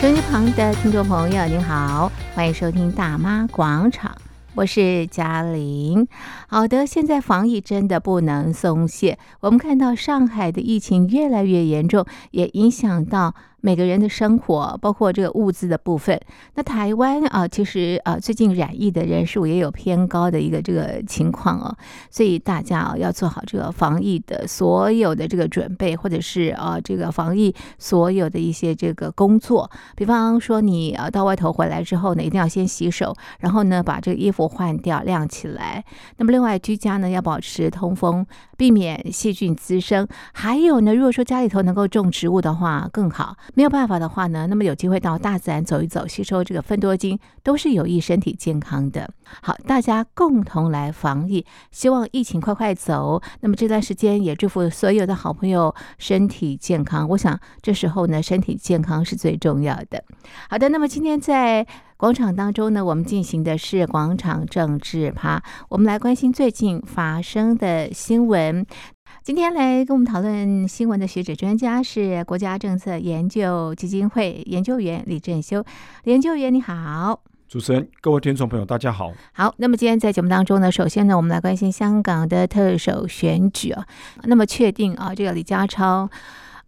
收音机旁的听众朋友，您好，欢迎收听《大妈广场》，我是嘉玲。好的，现在防疫真的不能松懈。我们看到上海的疫情越来越严重，也影响到每个人的生活，包括这个物资的部分。那台湾啊、其实啊、最近染疫的人数也有偏高的一个这个情况哦，所以大家啊、要做好这个防疫的所有的这个准备，或者是啊、这个防疫所有的一些这个工作。比方说你呃到外头回来之后呢，一定要先洗手，然后呢把这个衣服换掉晾起来。那么另外居家呢要保持通风，避免细菌滋生。还有呢，如果说家里头能够种植物的话更好，没有办法的话呢，那么有机会到大自然走一走，吸收这个芬多精，都是有益身体健康的。好，大家共同来防疫，希望疫情快快走。那么这段时间也祝福所有的好朋友身体健康。我想这时候呢，身体健康是最重要的。好的，那么今天在广场当中呢，我们进行的是广场政治趴，我们来关心最近发生的新闻。今天来跟我们讨论新闻的学者专家是国家政策研究基金会研究员李振修，李研究员你好。主持人，各位听众朋友，大家好。好，那么今天在节目当中呢，首先呢，我们来关心香港的特首选举啊。那么确定啊，这个李家超，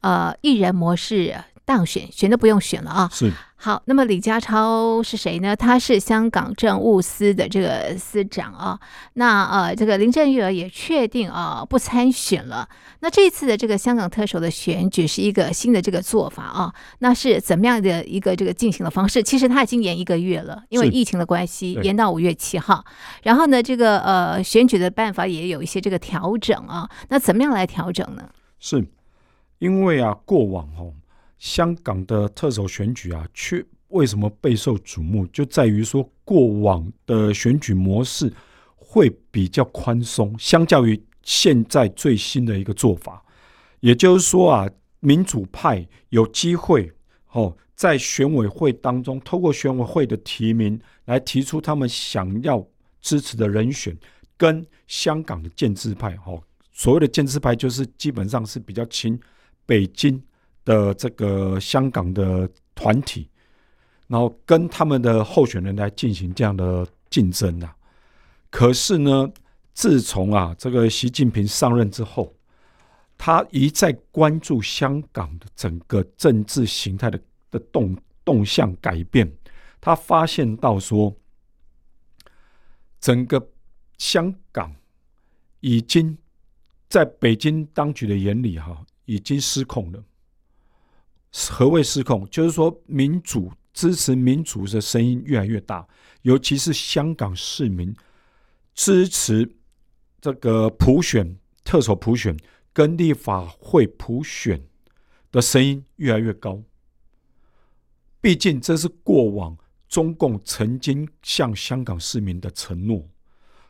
呃，一人模式当选，选都不用选了啊。是好，那么李家超是谁呢？他是香港政务司的这个司长啊。那呃，这个林郑月娥也确定啊不参选了。那这次的这个香港特首的选举是一个新的这个做法啊。那是怎么样的一个这个进行的方式？其实他已经延一个月了，因为是疫情的关系，对延到五月七号。然后呢，这个呃选举的办法也有一些这个调整啊。那怎么样来调整呢？是，因为啊，过往哦，香港的特首选举啊，却为什么备受瞩目，就在于说过往的选举模式会比较宽松，相较于现在最新的一个做法。也就是说啊，民主派有机会哦，在选委会当中，透过选委会的提名来提出他们想要支持的人选，跟香港的建制派哦，所谓的建制派就是基本上是比较亲北京的这个香港的团体，然后跟他们的候选人来进行这样的竞争啊。可是呢，自从啊这个习近平上任之后，他一再关注香港的整个政治形态的的动动向改变，他发现到说，整个香港已经在北京当局的眼里哈、已经失控了。何谓失控？就是说民主支持民主的声音越来越大，尤其是香港市民支持这个普选、特首普选跟立法会普选的声音越来越高。毕竟这是过往中共曾经向香港市民的承诺，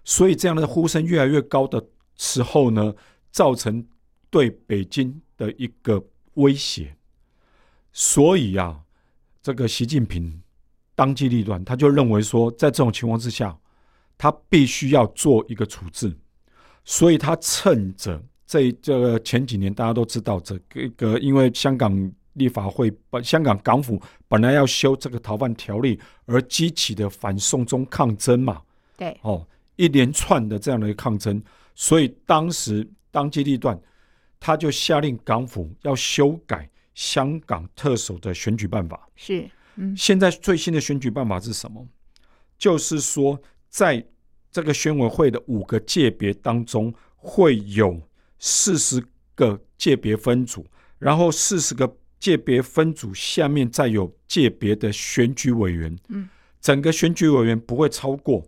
所以这样的呼声越来越高的时候呢，造成对北京的一个威胁。所以啊，这个习近平当机立断，他就认为说，在这种情况之下，他必须要做一个处置。所以他趁着这这个前几年大家都知道这个一个，因为香港立法会本香港港府本来要修这个逃犯条例，而激起的反送中抗争嘛，对，哦，一连串的这样的一个抗争，所以当时当机立断，他就下令港府要修改香港特首的选举办法。是，嗯，现在最新的选举办法是什么？就是说，在这个选委会的五个界别当中，会有四十个界别分组，然后四十个界别分组下面再有界别的选举委员。嗯，整个选举委员不会超过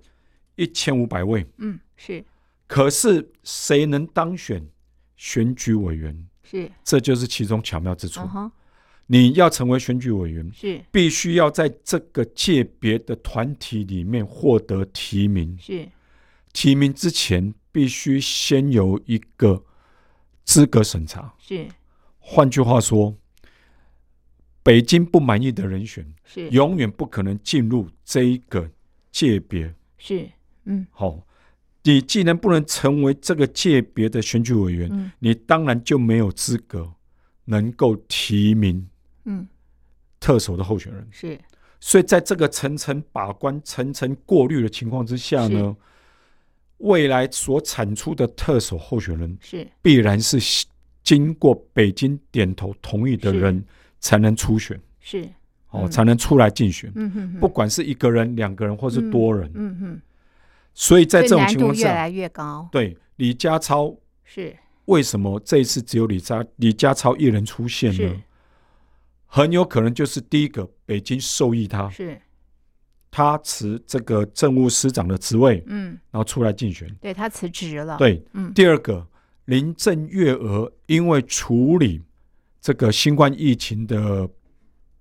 一千五百位。嗯，是可是谁能当选选举委员，是，这就是其中巧妙之处。嗯哼，你要成为选举委员，是必须要在这个界别的团体里面获得提名。是提名之前，必须先有一个资格审查。是换句话说，北京不满意的人选，是永远不可能进入这一个界别。是，嗯好、你既然不能成为这个界别的选举委员，嗯你当然就没有资格能够提名嗯，特首的候选人。是所以在这个层层把关、层层过滤的情况之下呢，未来所产出的特首候选人是必然是西经过北京点头同意的是人才能初选是，哦，嗯才能出来竞选。嗯哼哼，不管是一个人、两个人或是嗯多人，嗯哼，所以所在以这种难情度况越下，来越高，对李家超是为什么这一次只有李家李家超一人出现是呢？很有可能就是第一个，北京授意他，是，他辞这个政务司长的职位，嗯，然后出来竞选。对他辞职了，，对，嗯第二个，林郑月娥因为处理这个新冠疫情的，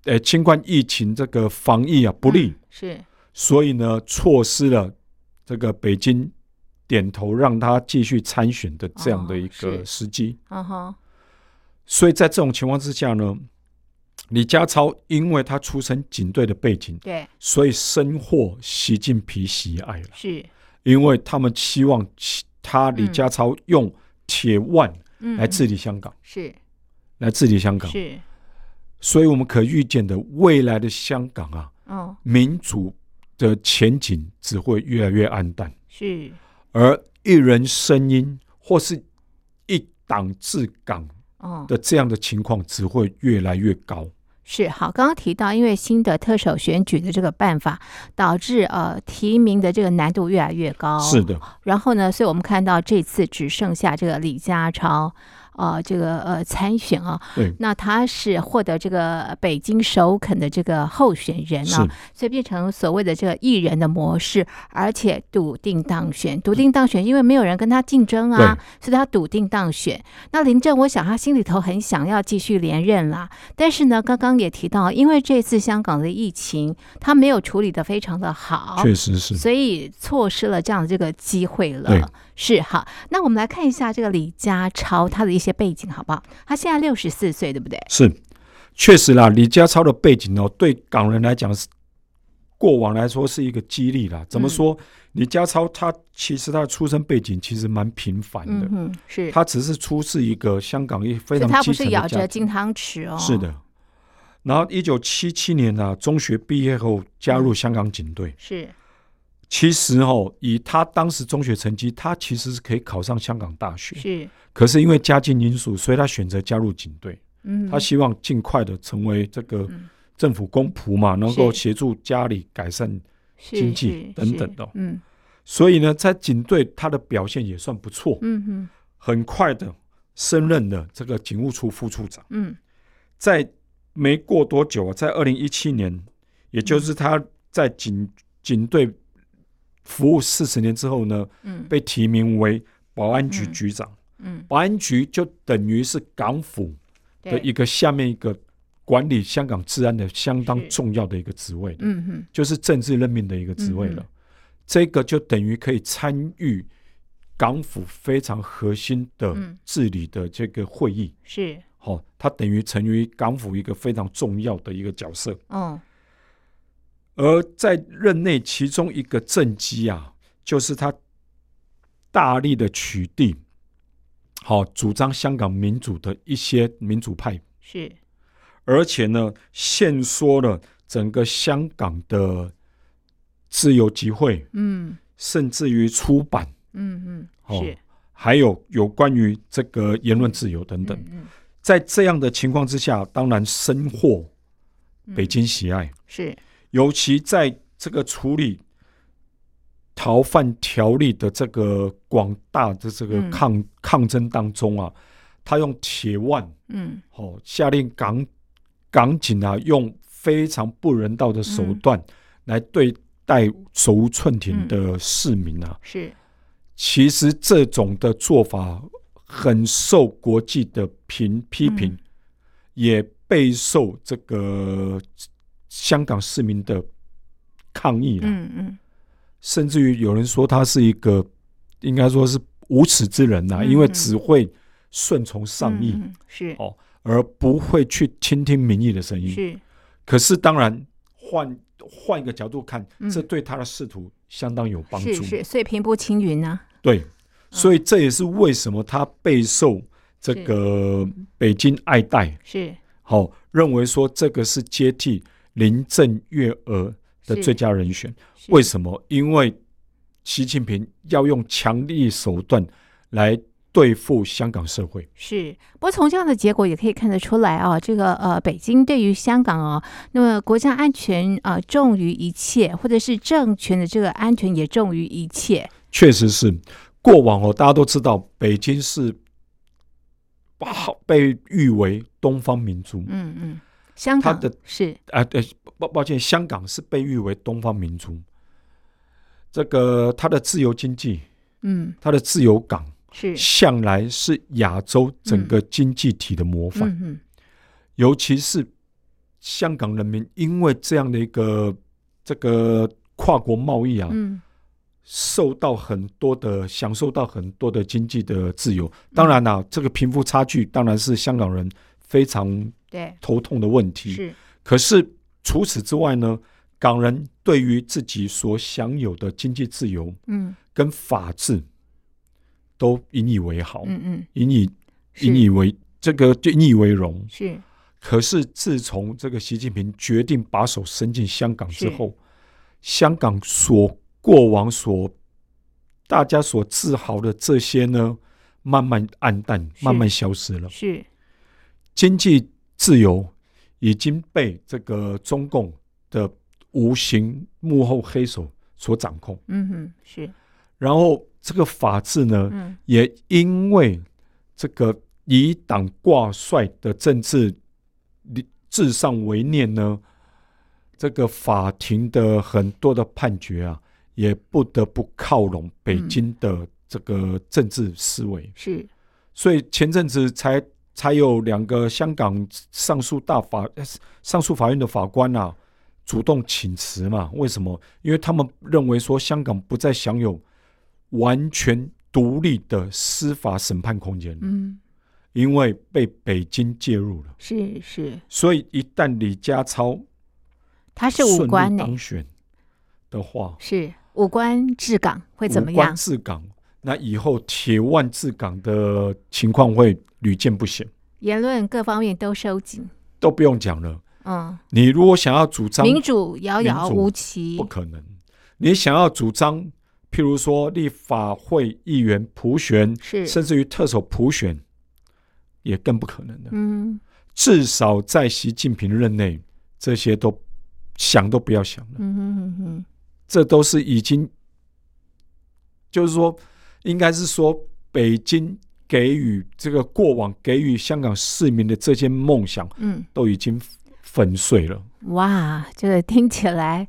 呃，新冠疫情这个防疫啊不利，嗯是所以呢，错失了这个北京点头让他继续参选的这样的一哦个是时机。嗯哼，所以在这种情况之下呢，李家超因为他出身警队的背景，对，所以深获习近平喜爱了，是，因为他们期望其他李家超用铁腕嗯，来治理香港，是来治理香港。是，所以我们可预见的未来的香港啊，嗯，民主的前景只会越来越暗淡。是而一人声音或是一党治港哦，的这样的情况只会越来越高。是好。刚刚提到，因为新的特首选举的这个办法，导致呃提名的这个难度越来越高。是。的，然后呢，所以我们看到这次只剩下这个李家超，呃，这个呃参选啊。对，那他是获得这个北京首肯的这个候选人是啊，所以变成所谓的这个艺人的模式，而且笃定当选，笃定当选，因为没有人跟他竞争啊，所以他笃定当选。那林郑，我想他心里头很想要继续连任啦，但是呢，刚刚也提到，因为这次香港的疫情，他没有处理的非常的好。确实是。所以错失了这样的这个机会对了，是好。那我们来看一下这个李家超他的一些背景好不好？他现在六十四岁，对不对？是，确实啦。李家超的背景哦，对港人来讲是过往来说是一个激励啦。怎么说？嗯李家超他其实他的出身背景其实蛮平凡的，嗯哼，是，他只是出自一个香港一所非以常他不基是层的咬家着金庭。汤匙哦，是，的。然后，一九七七年啊，中学毕业后加嗯入香港警队，是其实哦，以他当时中学成绩，他其实是可以考上香港大学。是，可是因为家境因素，所以他选择加入警队。嗯，他希望尽快的成为这个嗯政府公仆嘛，能够是协助家里改善。是经济是等是等的哦嗯所以呢，在警队他的表现也算不错，嗯嗯很快的升任了这个警务处副处长。嗯，在没过多久啊，在二零一七年，也就是他在警警队服务四十年之后呢，嗯被提名为保安局嗯局长。嗯，保安局就等于是港府的对，一个下面一个管理香港治安的相当是重要的一个职位的，嗯嗯就是政治任命的一个职位了。嗯这个就等于可以参与港府非常核心的嗯治理的这个会议，是，好、它等于成为港府一个非常重要的一个角色。嗯而在任内，其中一个政绩啊，就是他大力的取缔，好、主张香港民主的一些民主派是而且呢，限缩了整个香港的自由集会，嗯甚至于出版，嗯嗯哦是还有有关于这个言论自由等等。嗯嗯在这样的情况之下，当然深获北京喜爱，是尤其在这个处理逃犯条例的这个广大的这个嗯抗、抗争当中啊，他用铁腕。嗯哦，下令港港警啊，用非常不人道的手嗯段来对待手无寸铁嗯的市民啊。是其实这种的做法很受国际的评批评，嗯也备受这个香港市民的抗议了、嗯嗯甚至于有人说他是一个，应该说是无耻之人呐、嗯因为嗯只会顺从上意。嗯嗯是哦而不会去倾听民意的声音。是可是当然，换换一个角度看，嗯这对他的仕途相当有帮助。是是，所以平步青云啊呢，对，所以这也是为什么他备受这个北京爱戴，是好、认为说这个是接替林郑月娥的是最佳人选。是为什么？因为习近平要用强力手段来对付香港社会。是，不过从这样的结果也可以看得出来啊，这个呃，北京对于香港哦，那么国家安全啊、呃重于一切，或者是政权的这个安全也重于一切。确实是，过往哦，大家都知道，北京是哇被誉为东方明珠。嗯嗯，香它港的是啊，对，抱抱歉，香港是被誉为东方明珠。这个它的自由经济，嗯它的自由港，是向来是亚洲整个经济体的模范，嗯嗯尤其是香港人民因为这样的一个这个跨国贸易啊，嗯受到很多的享受到很多的经济的自嗯由。当然啦、这个贫富差距当然是香港人非常对头痛的问题。是可是除此之外呢，港人对于自己所享有的经济自由嗯跟法治都引以为豪，嗯嗯引以是引以为这个就引以为荣。是可是自从这个习近平决定把手伸进香港是之后，香港所过往所大家所自豪的这些呢，慢慢暗淡，是慢慢消失了。是经济自由已经被这个中共的无形幕后黑手所掌控，嗯嗯是然后这个法治呢，嗯也因为这个以党挂帅的政治理至上为念呢，这个法庭的很多的判决啊，也不得不靠拢北京的这个政治思维。是所以前阵子才才有两个香港上诉大法呃上诉法院的法官啊，主动请辞嘛？为什么？因为他们认为说香港不再享有完全独立的司法审判空间，嗯因为被北京介入了。是是，所以一旦李家超它是顺五利官呢、当选的话，是五官治港会怎么无关样？治港，那以后铁腕治港的情况会屡见不鲜，言论各方面都收紧，都不用讲了。嗯。你如果想要主张民主遥遥民主无期不，可能。你想要主张，譬如说立法会议员普选，是甚至于特首普选，也更不可能的。嗯，至少在习近平任内，这些都想都不要想了。嗯哼哼哼，这都是已经，就是说，应该是说，北京给予这个过往给予香港市民的这些梦想，嗯，都已经粉碎了，哇，这个听起来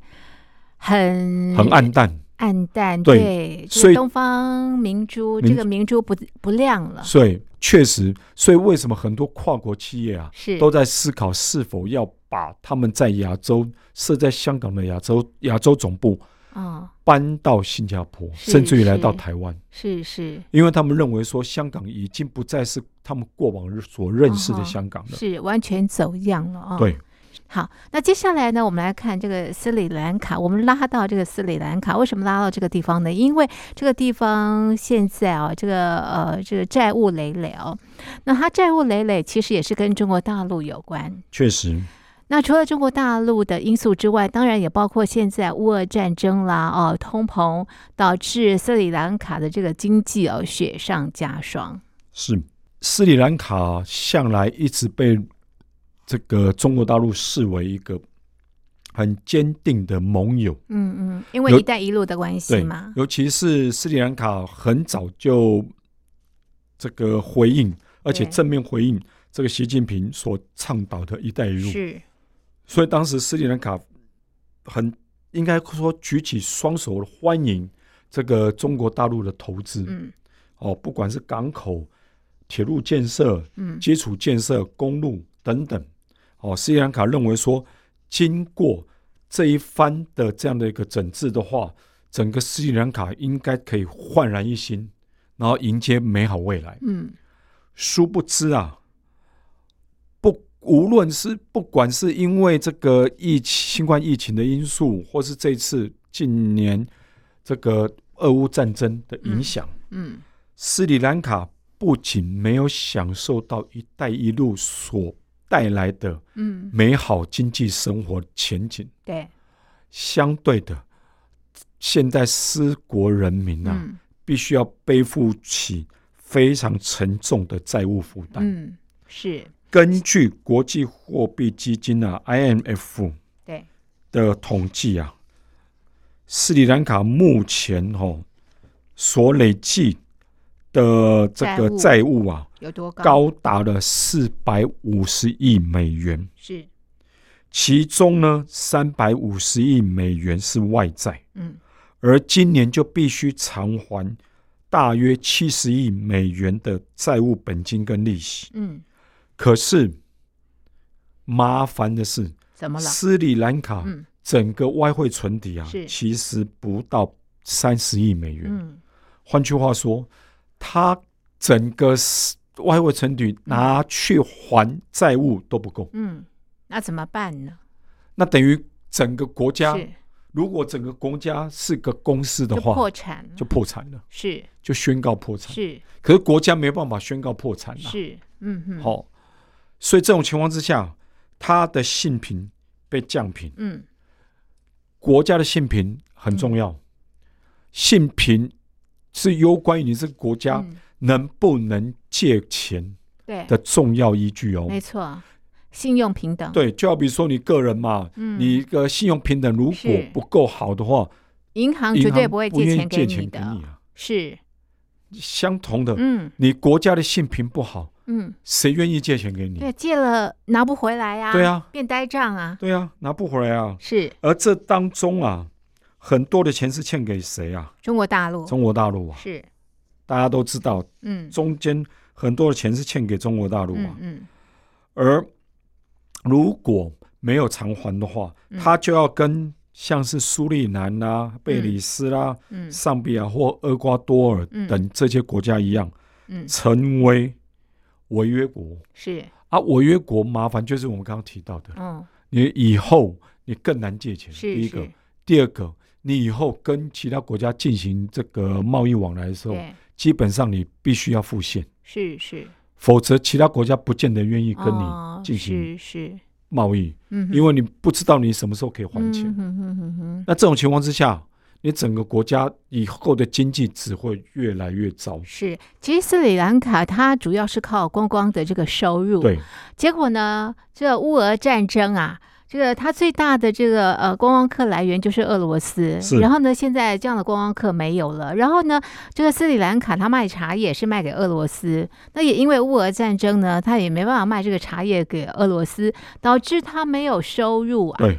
很很暗淡。暗淡，对对，这所个以东方明珠，明这个明珠不不亮了，所以确实，所以为什么很多跨国企业啊，是都在思考是否要把他们在亚洲设在香港的亚洲亚洲总部哦，搬到新加坡，是甚至于来是到台湾，是是因为他们认为说香港已经不再是他们过往所认识嗯的哼香港了。是，完全走样了啊、哦。对，好，那接下来呢，我们来看这个斯里兰卡。我们拉到这个斯里兰卡，为什么拉到这个地方呢？因为这个地方现在啊，这个呃，这个债务累累哦。那它债务累累，其实也是跟中国大陆有关。确实，那除了中国大陆的因素之外，当然也包括现在乌俄战争啦，哦，通膨导致斯里兰卡的这个经济哦雪上加霜。是斯里兰卡向来一直被这个中国大陆视为一个很坚定的盟友。嗯嗯，因为“有一带一路”的关系对嘛，，尤其是斯里兰卡很早就这个回应，而且对正面回应这个习近平所倡导的“一带一路是”，所以当时斯里兰卡很应该说举起双手欢迎这个中国大陆的投资、嗯哦，不管是港口、铁路建设、嗯基础建设、公路等等。哦，斯里兰卡认为说，经过这一番的这样的一个整治的话，整个斯里兰卡应该可以焕然一新，然后迎接美好未来。嗯殊不知啊，不，无论是不管是因为这个疫情新冠疫情的因素，或是这次近年这个俄乌战争的影响。嗯，斯里兰卡不仅没有享受到“一带一路”所带来的嗯，美好经济生活前景。对，相对的，现在斯国人民呢、啊，嗯必须要背负起非常沉重的债务负担。嗯，是，根据国际货币基金啊 （IMF） 对，的统计啊，斯里兰卡目前哦所累计的这个债债务啊，有多高？高达了四百五十亿美元，是，其中呢，三百五十亿美元是外债，嗯，而今年就必须偿还大约七十亿美元的债务本金跟利息。嗯，可是麻烦的是，怎么了？斯里兰卡嗯整个外汇存底啊是，其实不到三十亿美元。嗯，换句话说，它整个是外汇存底拿去还债务都不够，嗯，那怎么办呢？那等于整个国家，是，如果整个国家是个公司的就话，破产了就破产了，是就宣告破产。是可是国家没办法宣告破产啊，是，嗯哼，好、所以这种情况之下，它的信评被降评，嗯国家的信评很重要，信评是攸关于你这个国家嗯，能不能借钱对，的重要依据哦。没错，信用平等，对，就好比说你个人嘛，嗯你一个信用平等如果是不够好的话，银行嗯绝银对行不会愿借意钱借给你钱给的你，啊。是，相同的，嗯你国家的信评不好，嗯，谁愿意借钱给你？对，借了拿不回来呀，对啊，变呆账啊，对啊，拿不回来啊。是而这当中啊，很多的钱是欠给谁啊？中国大陆，中国大陆啊，是，大家都知道，嗯中间很多的钱是欠给中国大陆啊。嗯嗯，而如果没有偿还的话，嗯他就要跟像是苏利南啦、贝里斯啦、嗯上比亚或厄瓜多尔嗯等这些国家一样，嗯，成为违约国是，啊。违约国麻烦就是我们刚刚提到的，嗯你以后你更难借钱。第是一个是，，第二个，你以后跟其他国家进行这个贸易往来的时候，对，基本上你必须要付现，是是，否则其他国家不见得愿意跟哦你进是行是，贸易。嗯哼，因为你不知道你什么时候可以还钱。嗯哼哼哼哼那这种情况之下，你整个国家以后的经济只会越来越糟。是，其实斯里兰卡它主要是靠观光的这个收入，对，结果呢，这乌俄战争啊，这个它最大的这个呃观光客来源就是俄罗斯。是然后呢，现在这样的观光客没有了。然后呢，这个斯里兰卡它卖茶叶是卖给俄罗斯，那也因为乌俄战争呢，它也没办法卖这个茶叶给俄罗斯，导致它没有收入啊。对，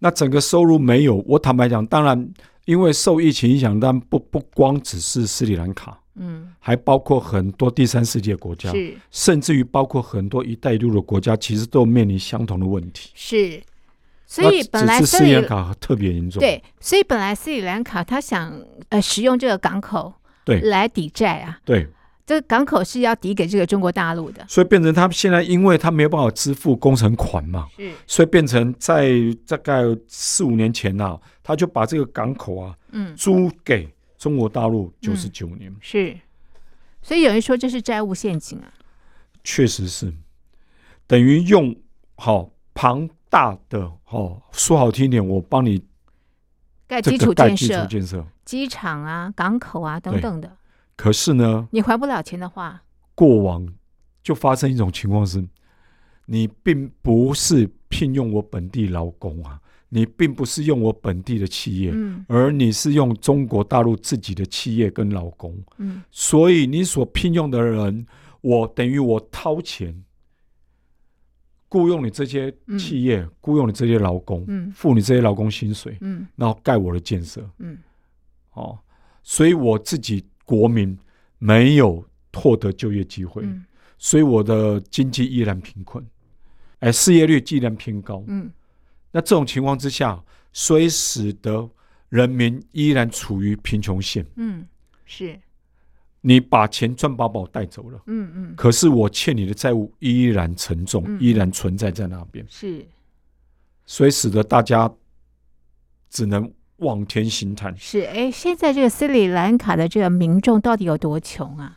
那整个收入没有。我坦白讲，当然因为受疫情影响，但不不光只是斯里兰卡，嗯，还包括很多第三世界国家，是甚至于包括很多“一带一路”的国家，其实都面临相同的问题。是，所以那本来只是斯斯里里兰卡特别严重。对，所以本来斯里兰卡他想呃使用这个港口对来抵债啊，对，这个港口是要抵给这个中国大陆的，所以变成他现在，因为他没有办法支付工程款嘛，是所以变成在大概四五年前啊，他就把这个港口啊嗯租给中国大陆嗯九十九年，是，所以有人说这是债务陷阱啊，确、实是等于用好庞大的哦，说好听一点，我帮你盖这哎基个础盖建基础设、建设，机场啊、港口啊等对等的，可是呢，你还不了钱的话，过往就发生一种情况是，你并不是聘用我本地劳工啊，你并不是用我本地的企业。嗯而你是用中国大陆自己的企业跟劳工，嗯所以你所聘用的人，我等于我掏钱雇佣你这些企业，雇佣你这些劳工，嗯付你这些劳工薪水，嗯然后盖我的建设嗯，哦，所以我自己国民没有获得就业机会，嗯所以我的经济依然贫困，哎，失业率依然偏高。嗯那这种情况之下，所以使得人民依然处于贫穷线。嗯是，你把钱赚饱饱带走了。嗯嗯可是我欠你的债务依然沉重，嗯依然存在在那边，是所以使得大家只能望天兴叹。是，哎，现在这个斯里兰卡的这个民众到底有多穷啊？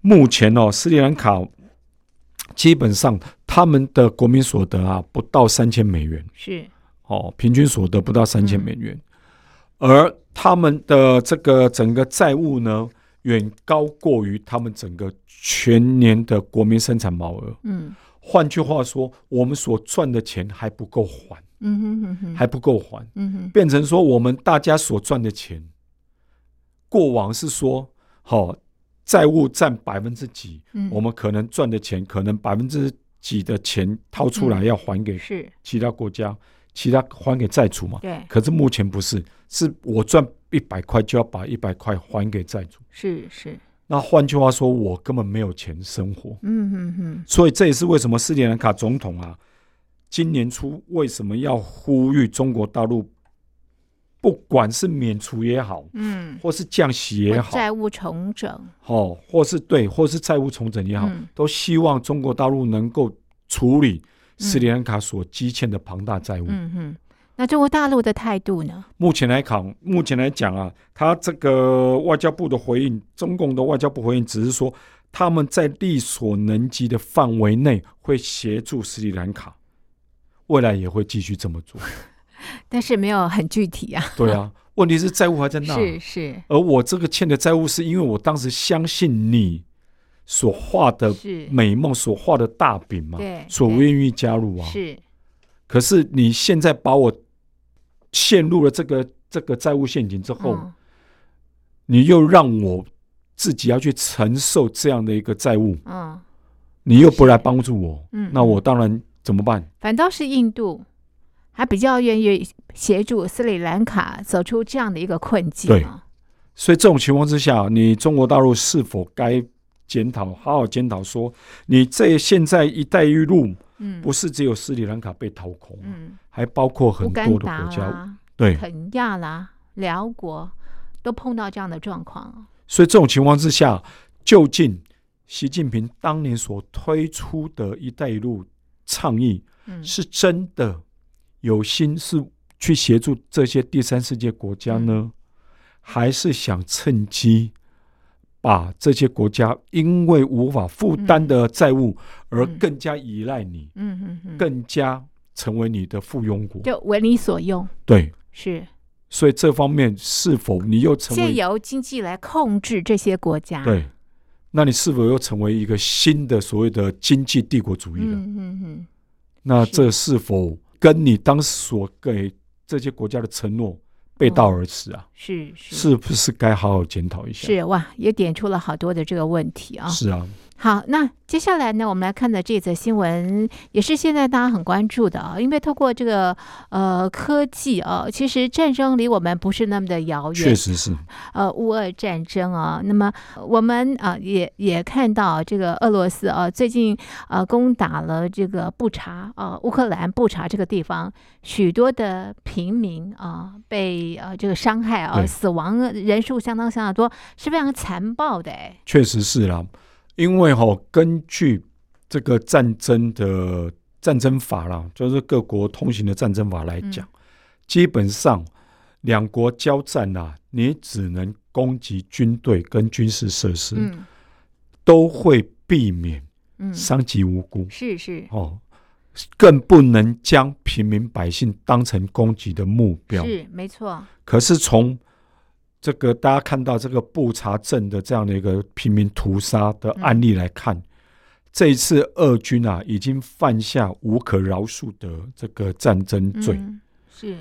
目前哦，斯里兰卡基本上他们的国民所得啊不到三千美元，是哦，平均所得不到三千美元，嗯而他们的这个整个债务呢，远高过于他们整个全年的国民生产毛额。嗯换句话说，我们所赚的钱还不够还，嗯哼哼哼，还不够还，嗯哼变成说我们大家所赚的钱，过往是说好、哦债务占百分之几，嗯，我们可能赚的钱，可能百分之几的钱掏出来要还给是其他国家，其他还给债主嘛。对可是目前不是，是我赚一百块就要把一百块还给债主。是是，那换句话说，我根本没有钱生活。嗯哼哼，所以这也是为什么斯里兰卡总统啊，今年初为什么要呼吁中国大陆，不管是免除也好，嗯，或是降息也或好，债务重整，哦，或是对，或是债务重整也好，嗯都希望中国大陆能够处理嗯斯里兰卡所积欠的庞大债务。嗯哼，那中国大陆的态度呢？目前来讲，目前来讲啊，他这个外交部的回应，中共的外交部回应只是说，他们在力所能及的范围内会协助斯里兰卡，未来也会继续这么 做。但是没有很具体啊，对啊，问题是债务还在那，是是而我这个欠的债务是因为我当时相信你所画的是，美梦所画的大饼嘛，对，所对愿意加入啊。是，可是你现在把我陷入了这个这个债务陷阱之后，嗯你又让我自己要去承受这样的一个债务，嗯你又不来帮助我，嗯，那我当然怎么办？反倒是印度还比较愿意协助斯里兰卡走出这样的一个困境对啊，所以这种情况之下，你中国大陆是否该检讨，好好检讨说，你这现在“一带一路”嗯，不是只有斯里兰卡被掏空，嗯，还包括很乌多干的达国家。啦、对，肯亚啦、辽国都碰到这样的状况啊，所以这种情况之下，究竟习近平当年所推出的一带一路倡议嗯，是真的有心是去协助这些第三世界国家呢，嗯还是想趁机把这些国家因为无法负担的债务而更加依赖你，嗯嗯嗯，更加成为你的附庸国？就为你所用对，是。所以这方面是否你又成借为由经济来控制这些国家。，对，那你是否又成为一个新的所谓的经济帝国主义了？嗯嗯嗯，那是这是否跟你当时所给这些国家的承诺背道而驰啊？是哦是是不是该好好检讨一下？是哇，也点出了好多的这个问题啊。是啊，好，那接下来呢，我们来看的这则新闻，也是现在大家很关注的啊，因为透过这个呃科技啊，其实战争离我们不是那么的遥远确，实是，呃乌俄战争啊。那么呃我们啊、也也看到这个俄罗斯啊最近呃攻打了这个布查啊、乌克兰布查这个地方，许多的平民啊、被呃这个伤害啊、对死亡人数相当相当多，是非常残暴的哎。确实是啦、因为哈、根据这个战争的战争法啦，就是各国通行的战争法来讲，嗯基本上两国交战啊，你只能攻击军队跟军事设施。嗯都会避免嗯，伤及无辜、是是哦，更不能将平民百姓当成攻击的目标。是，没错，可是从这个大家看到这个布查镇的这样的一个平民屠杀的案例来看，这一次俄军啊已经犯下无可饶恕的这个战争罪。嗯、是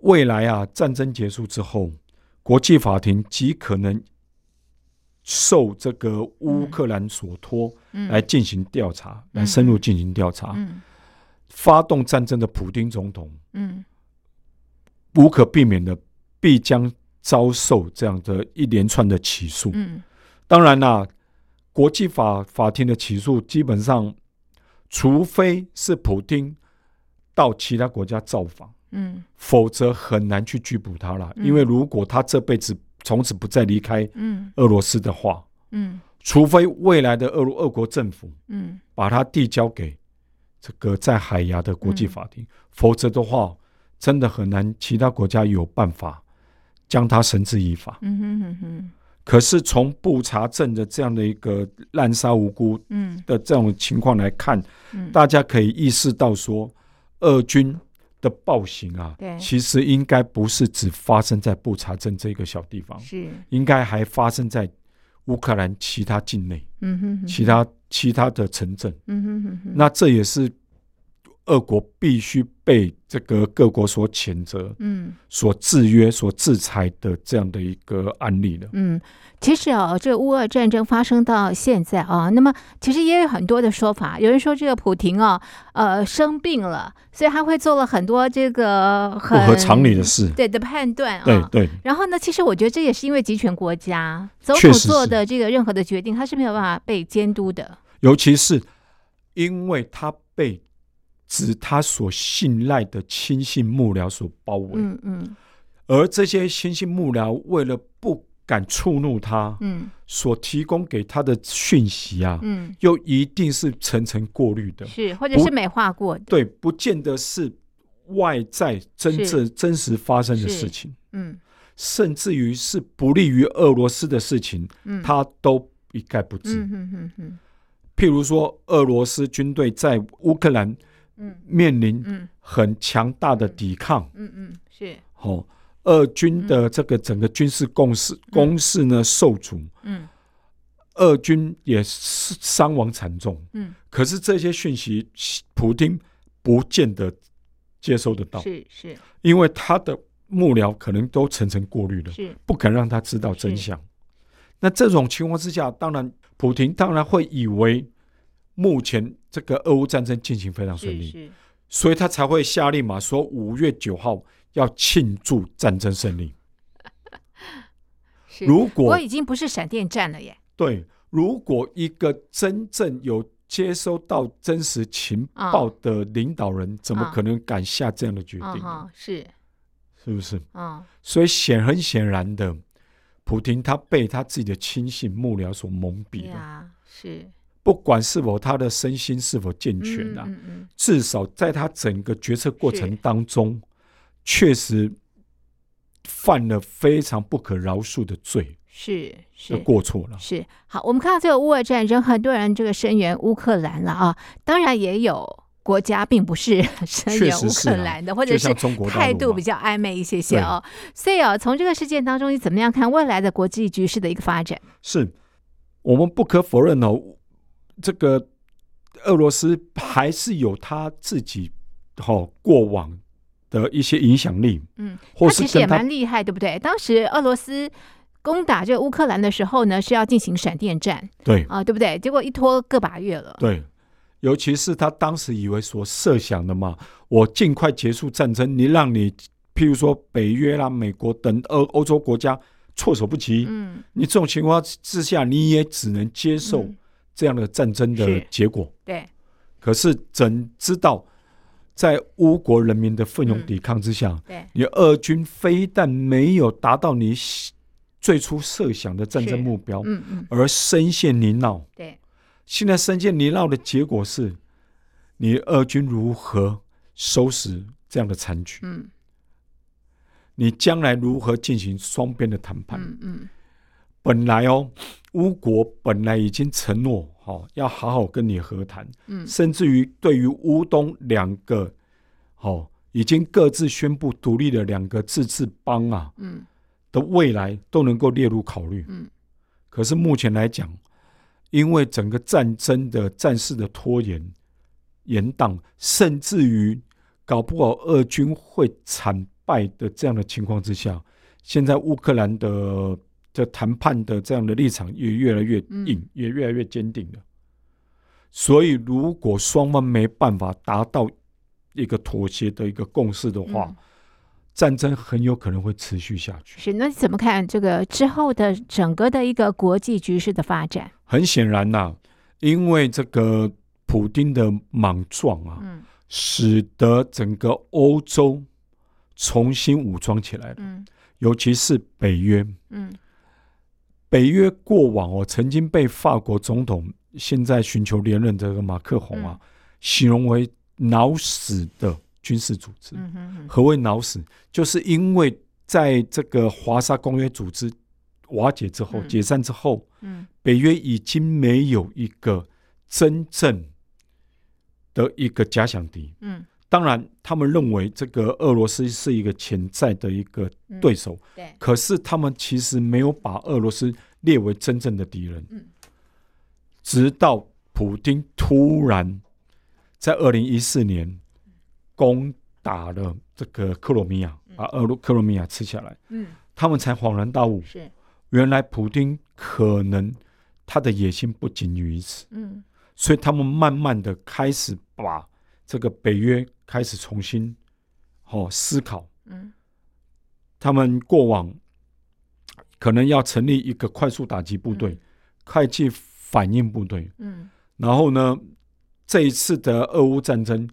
未来啊，战争结束之后，国际法庭极可能受这个乌克兰所托，嗯来进行调查，嗯来深入进行调查。嗯发动战争的普丁总统嗯无可避免的必将遭受这样的一连串的起诉。嗯当然啦、国际法法庭的起诉基本上，除非是普丁到其他国家造访，嗯否则很难去拘捕他了。嗯因为如果他这辈子从此不再离开嗯俄罗斯的话，嗯除非未来的俄罗俄国政府嗯把它递交给这个在海牙的国际嗯法庭，否则的话，真的很难其他国家有办法将它绳之以法。嗯嗯嗯，可是从不查证的这样的一个滥杀无辜嗯的这种情况来看，嗯，大家可以意识到说，俄军的暴行啊对，其实应该不是只发生在布查镇这个小地方，嗯是，应该还发生在乌克兰其他境内、嗯哼哼，其他其他的城镇。嗯哼哼哼，那这也是俄国必须被这个各国所谴责、嗯所制约、所制裁的这样的一个案例了。嗯，其实啊，这乌俄战争发生到现在啊，那么其实也有很多的说法，有人说这个普廷啊，呃，生病了，所以他会做了很多这个不很合常理的事，对的判断啊。对对然后呢？其实我觉得这也是因为集权国家总确统实是做的这个任何的决定，他是没有办法被监督的。尤其是因为他被指他所信赖的亲信幕僚所包围，嗯嗯而这些亲信幕僚为了不敢触怒他，嗯所提供给他的讯息啊，嗯，又一定是层层过滤的，是，或者不是美化过的。对，不见得是外在真是正真实发生的是事情，嗯甚至于是不利于俄罗斯的事情，嗯，他都一概不知。嗯嗯嗯嗯譬如说，俄罗斯军队在乌克兰嗯面临嗯很强大的抵抗。嗯嗯，是，哦，俄军的这个整个军事共识、攻势呢受阻，嗯俄军也是伤亡惨重。嗯，可是这些讯息，普丁不见得接收得到，是是因为他的幕僚可能都层层过滤了，是，不肯让他知道真相。那这种情况之下，当然普廷当然会以为目前这个俄乌战争进行非常顺是利，是，所以他才会下令嘛，说五月九号要庆祝战争胜利。是如不果过已经不是闪电战了耶。对，如果一个真正有接收到真实情啊报的领导人，怎么啊可能敢下这样的决定啊嗯呢？哈，是，是不是？嗯所以显很显然的，普廷他被他自己的亲信幕僚所蒙蔽了，呀，是不管是否他的身心是否健全啊，嗯嗯至少在他整个决策过程是当中，确实犯了非常不可饶恕的罪是是的。过错了。是好，我们看到这个乌俄战争，很多人这个声援乌克兰了啊，当然也有国家并不是 声确援实乌是克啦兰的，或就者是像中国大陆态度嘛比较暧昧一些些哦。所以哦，从这个事件当中，你怎么样看未来的国际局势的一个发展？是我们不可否认哦，这个俄罗斯还是有他自己哦过往的一些影响力，嗯，或他是其实也跟他蛮厉害，对不对？当时俄罗斯攻打这个乌克兰的时候呢，是要进行闪电战对啊、对不对？结果一拖个把月了。对，尤其是他当时以为所设想的嘛，我尽快结束战争，你让你譬如说北约啦、美国等欧欧洲国家措手不及，嗯，你这种情况之下，你也只能接受嗯这样的战争的是结果。对，可是怎知道，在乌国人民的嗯奋勇抵抗之下，对你俄军非但没有达到你喜最初设想的战争是目标，嗯嗯，而深陷泥淖。对，现在深陷泥淖的结果是，你俄军如何收拾这样的残局？嗯你将来如何进行双边的谈判？嗯嗯，本来哦，乌国本来已经承诺，哦，要好好跟你和谈，嗯甚至于对于乌东两个，哦，已经各自宣布独立的两个自治邦啊嗯的未来都能够列入考虑。嗯，可是目前来讲，因为整个战争的战事的拖延、延宕，甚至于搞不好俄军会惨败的这样的情况之下，现在乌克兰的的谈判的这样的立场也越来越硬，嗯也越来越坚定了。所以，如果双方没办法达到一个妥协的一个共识的话，嗯战争很有可能会持续下去。是。那你怎么看这个之后的整个的一个国际局势的发展？很显然呐、因为这个普丁的莽撞啊，嗯使得整个欧洲重新武装起来了，嗯尤其是北约。嗯北约过往哦，曾经被法国总统现在寻求连任的这个马克宏嗯啊，形容为脑死的军事组织。嗯嗯何谓脑死？就是因为在这个华沙公约组织瓦解之后、嗯解散之后，嗯北约已经没有一个真正的一个假想敌。嗯，当然，他们认为这个俄罗斯是一个潜在的一个嗯对手，对，可是他们其实没有把俄罗斯列为真正的敌人。嗯直到普丁突然在二零一四年攻打了这个克罗米亚，把俄罗克罗米亚吃下来，嗯他们才恍然大悟，是，原来普丁可能他的野心不仅于此，嗯所以他们慢慢的开始把这个北约开始重新哦思考，嗯他们过往可能要成立一个快速打击部队、嗯快速反应部队，嗯然后呢，这一次的俄乌战争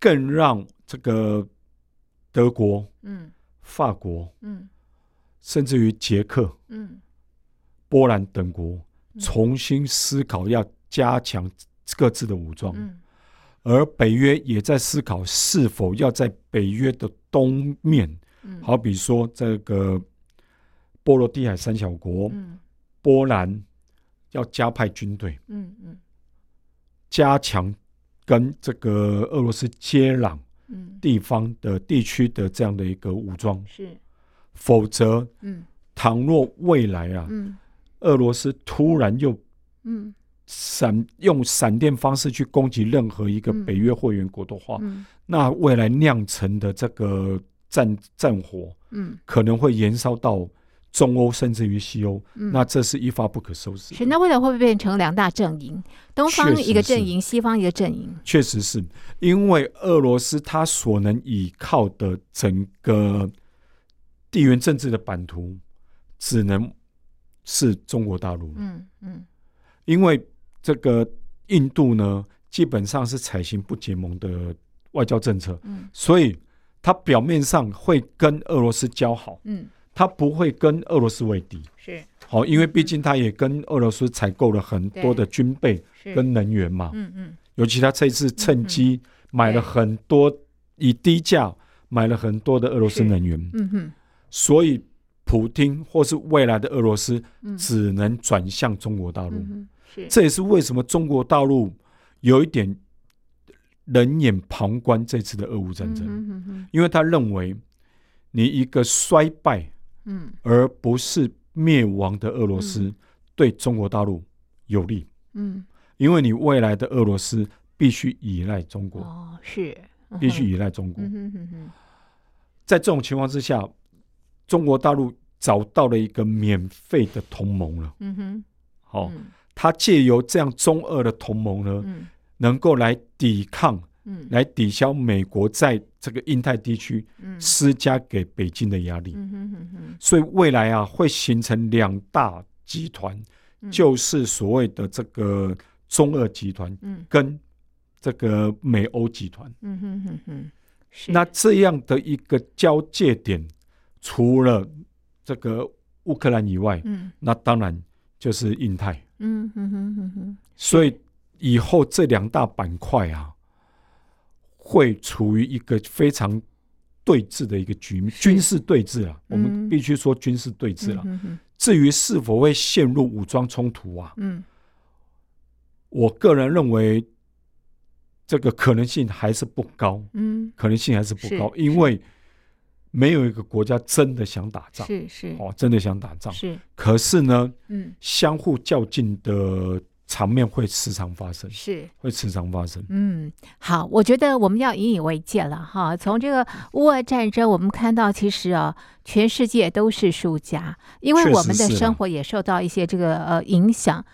更让这个德国、嗯法国，嗯甚至于捷克、嗯波兰等国嗯重新思考要加强各自的武装，嗯而北约也在思考是否要在北约的东面，嗯，好比说这个波罗的海三小国、嗯，波兰要加派军队，嗯嗯加强跟这个俄罗斯接壤。嗯地方的地区的这样的一个武装，是，否则嗯倘若未来啊，嗯俄罗斯突然又嗯闪用闪电方式去攻击任何一个嗯北约会员国的话，嗯那未来酿成的这个战战火嗯可能会延烧到中欧甚至于西欧，嗯，那这是一发不可收拾的。是那未来会不会变成两大阵营？东确方一个实阵是营，西方一个阵营。确实是因为俄罗斯它所能依靠的整个地缘政治的版图，只能是中国大陆。嗯嗯因为这个印度呢，基本上是采行不结盟的外交政策，嗯所以它表面上会跟俄罗斯交好，嗯，它不会跟俄罗斯为敌。是好，因为毕竟它也跟俄罗斯采购了很多的军备是，跟能源嘛。嗯嗯尤其他这次趁机买了很多，以低价买了很多的俄罗斯能源，嗯嗯所以普京或是未来的俄罗斯嗯只能转向中国大陆。嗯嗯是这也是为什么中国大陆有一点冷眼旁观这次的俄乌战争，嗯嗯因为他认为你一个衰败嗯而不是灭亡的俄罗斯、对中国大陆有利，嗯因为你未来的俄罗斯必须依赖中嗯国。哦是必须依赖中国。嗯哼嗯哼在这种情况之下，中国大陆找到了一个免费的同盟了。嗯哼好、哦，嗯它借由这样中俄的同盟呢，嗯能够来抵抗、嗯来抵消美国在这个印太地区嗯施加给北京的压力。嗯哼嗯哼所以未来啊，会形成两大集团，嗯就是所谓的这个中俄集团嗯跟这个美欧集团。嗯哼嗯哼是那这样的一个交界点，除了这个乌克兰以外，嗯那当然就是印太。嗯嗯哼嗯哼所以以后这两大板块啊，会处于一个非常对峙的一个局面，军事对峙啊，我们必须说军事对峙了。啊嗯哼至于是否会陷入武装冲突啊，嗯我个人认为这个可能性还是不高。嗯可能性还是不高，是因为没有一个国家真的想打仗，是是哦，真的想打仗。是可是呢，嗯相互较劲的场面会时常发生，是。会时常发生。嗯，好，我觉得我们要引以为戒了哈。从这个乌俄战争，我们看到其实啊，全世界都是输家，因为确我实们的是啦生活也受到一些这个呃影响。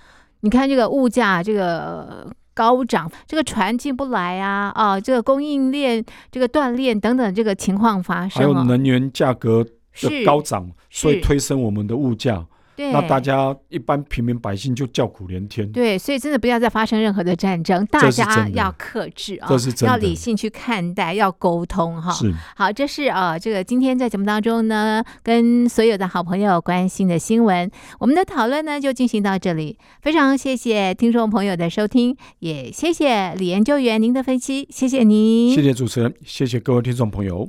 你看这个物价这个。呃高涨，这个船进不来啊，啊，这个供应链这个断裂等等这个情况发还生有哦能源价格是的高涨，是所以推升我们的物价，对，那大家一般平民百姓就叫苦连天。对，所以真的不要再发生任何的战争，大这是家真的要克制啊这是，真要的理性去看待，要沟通哈。是，好，这是呃，这个今天在节目当中呢，跟所有的好朋友关心的新闻，我们的讨论呢就进行到这里。非常谢谢听众朋友的收听，也谢谢李研究员您的分析，谢谢您，谢谢主持人，谢谢各位听众朋友。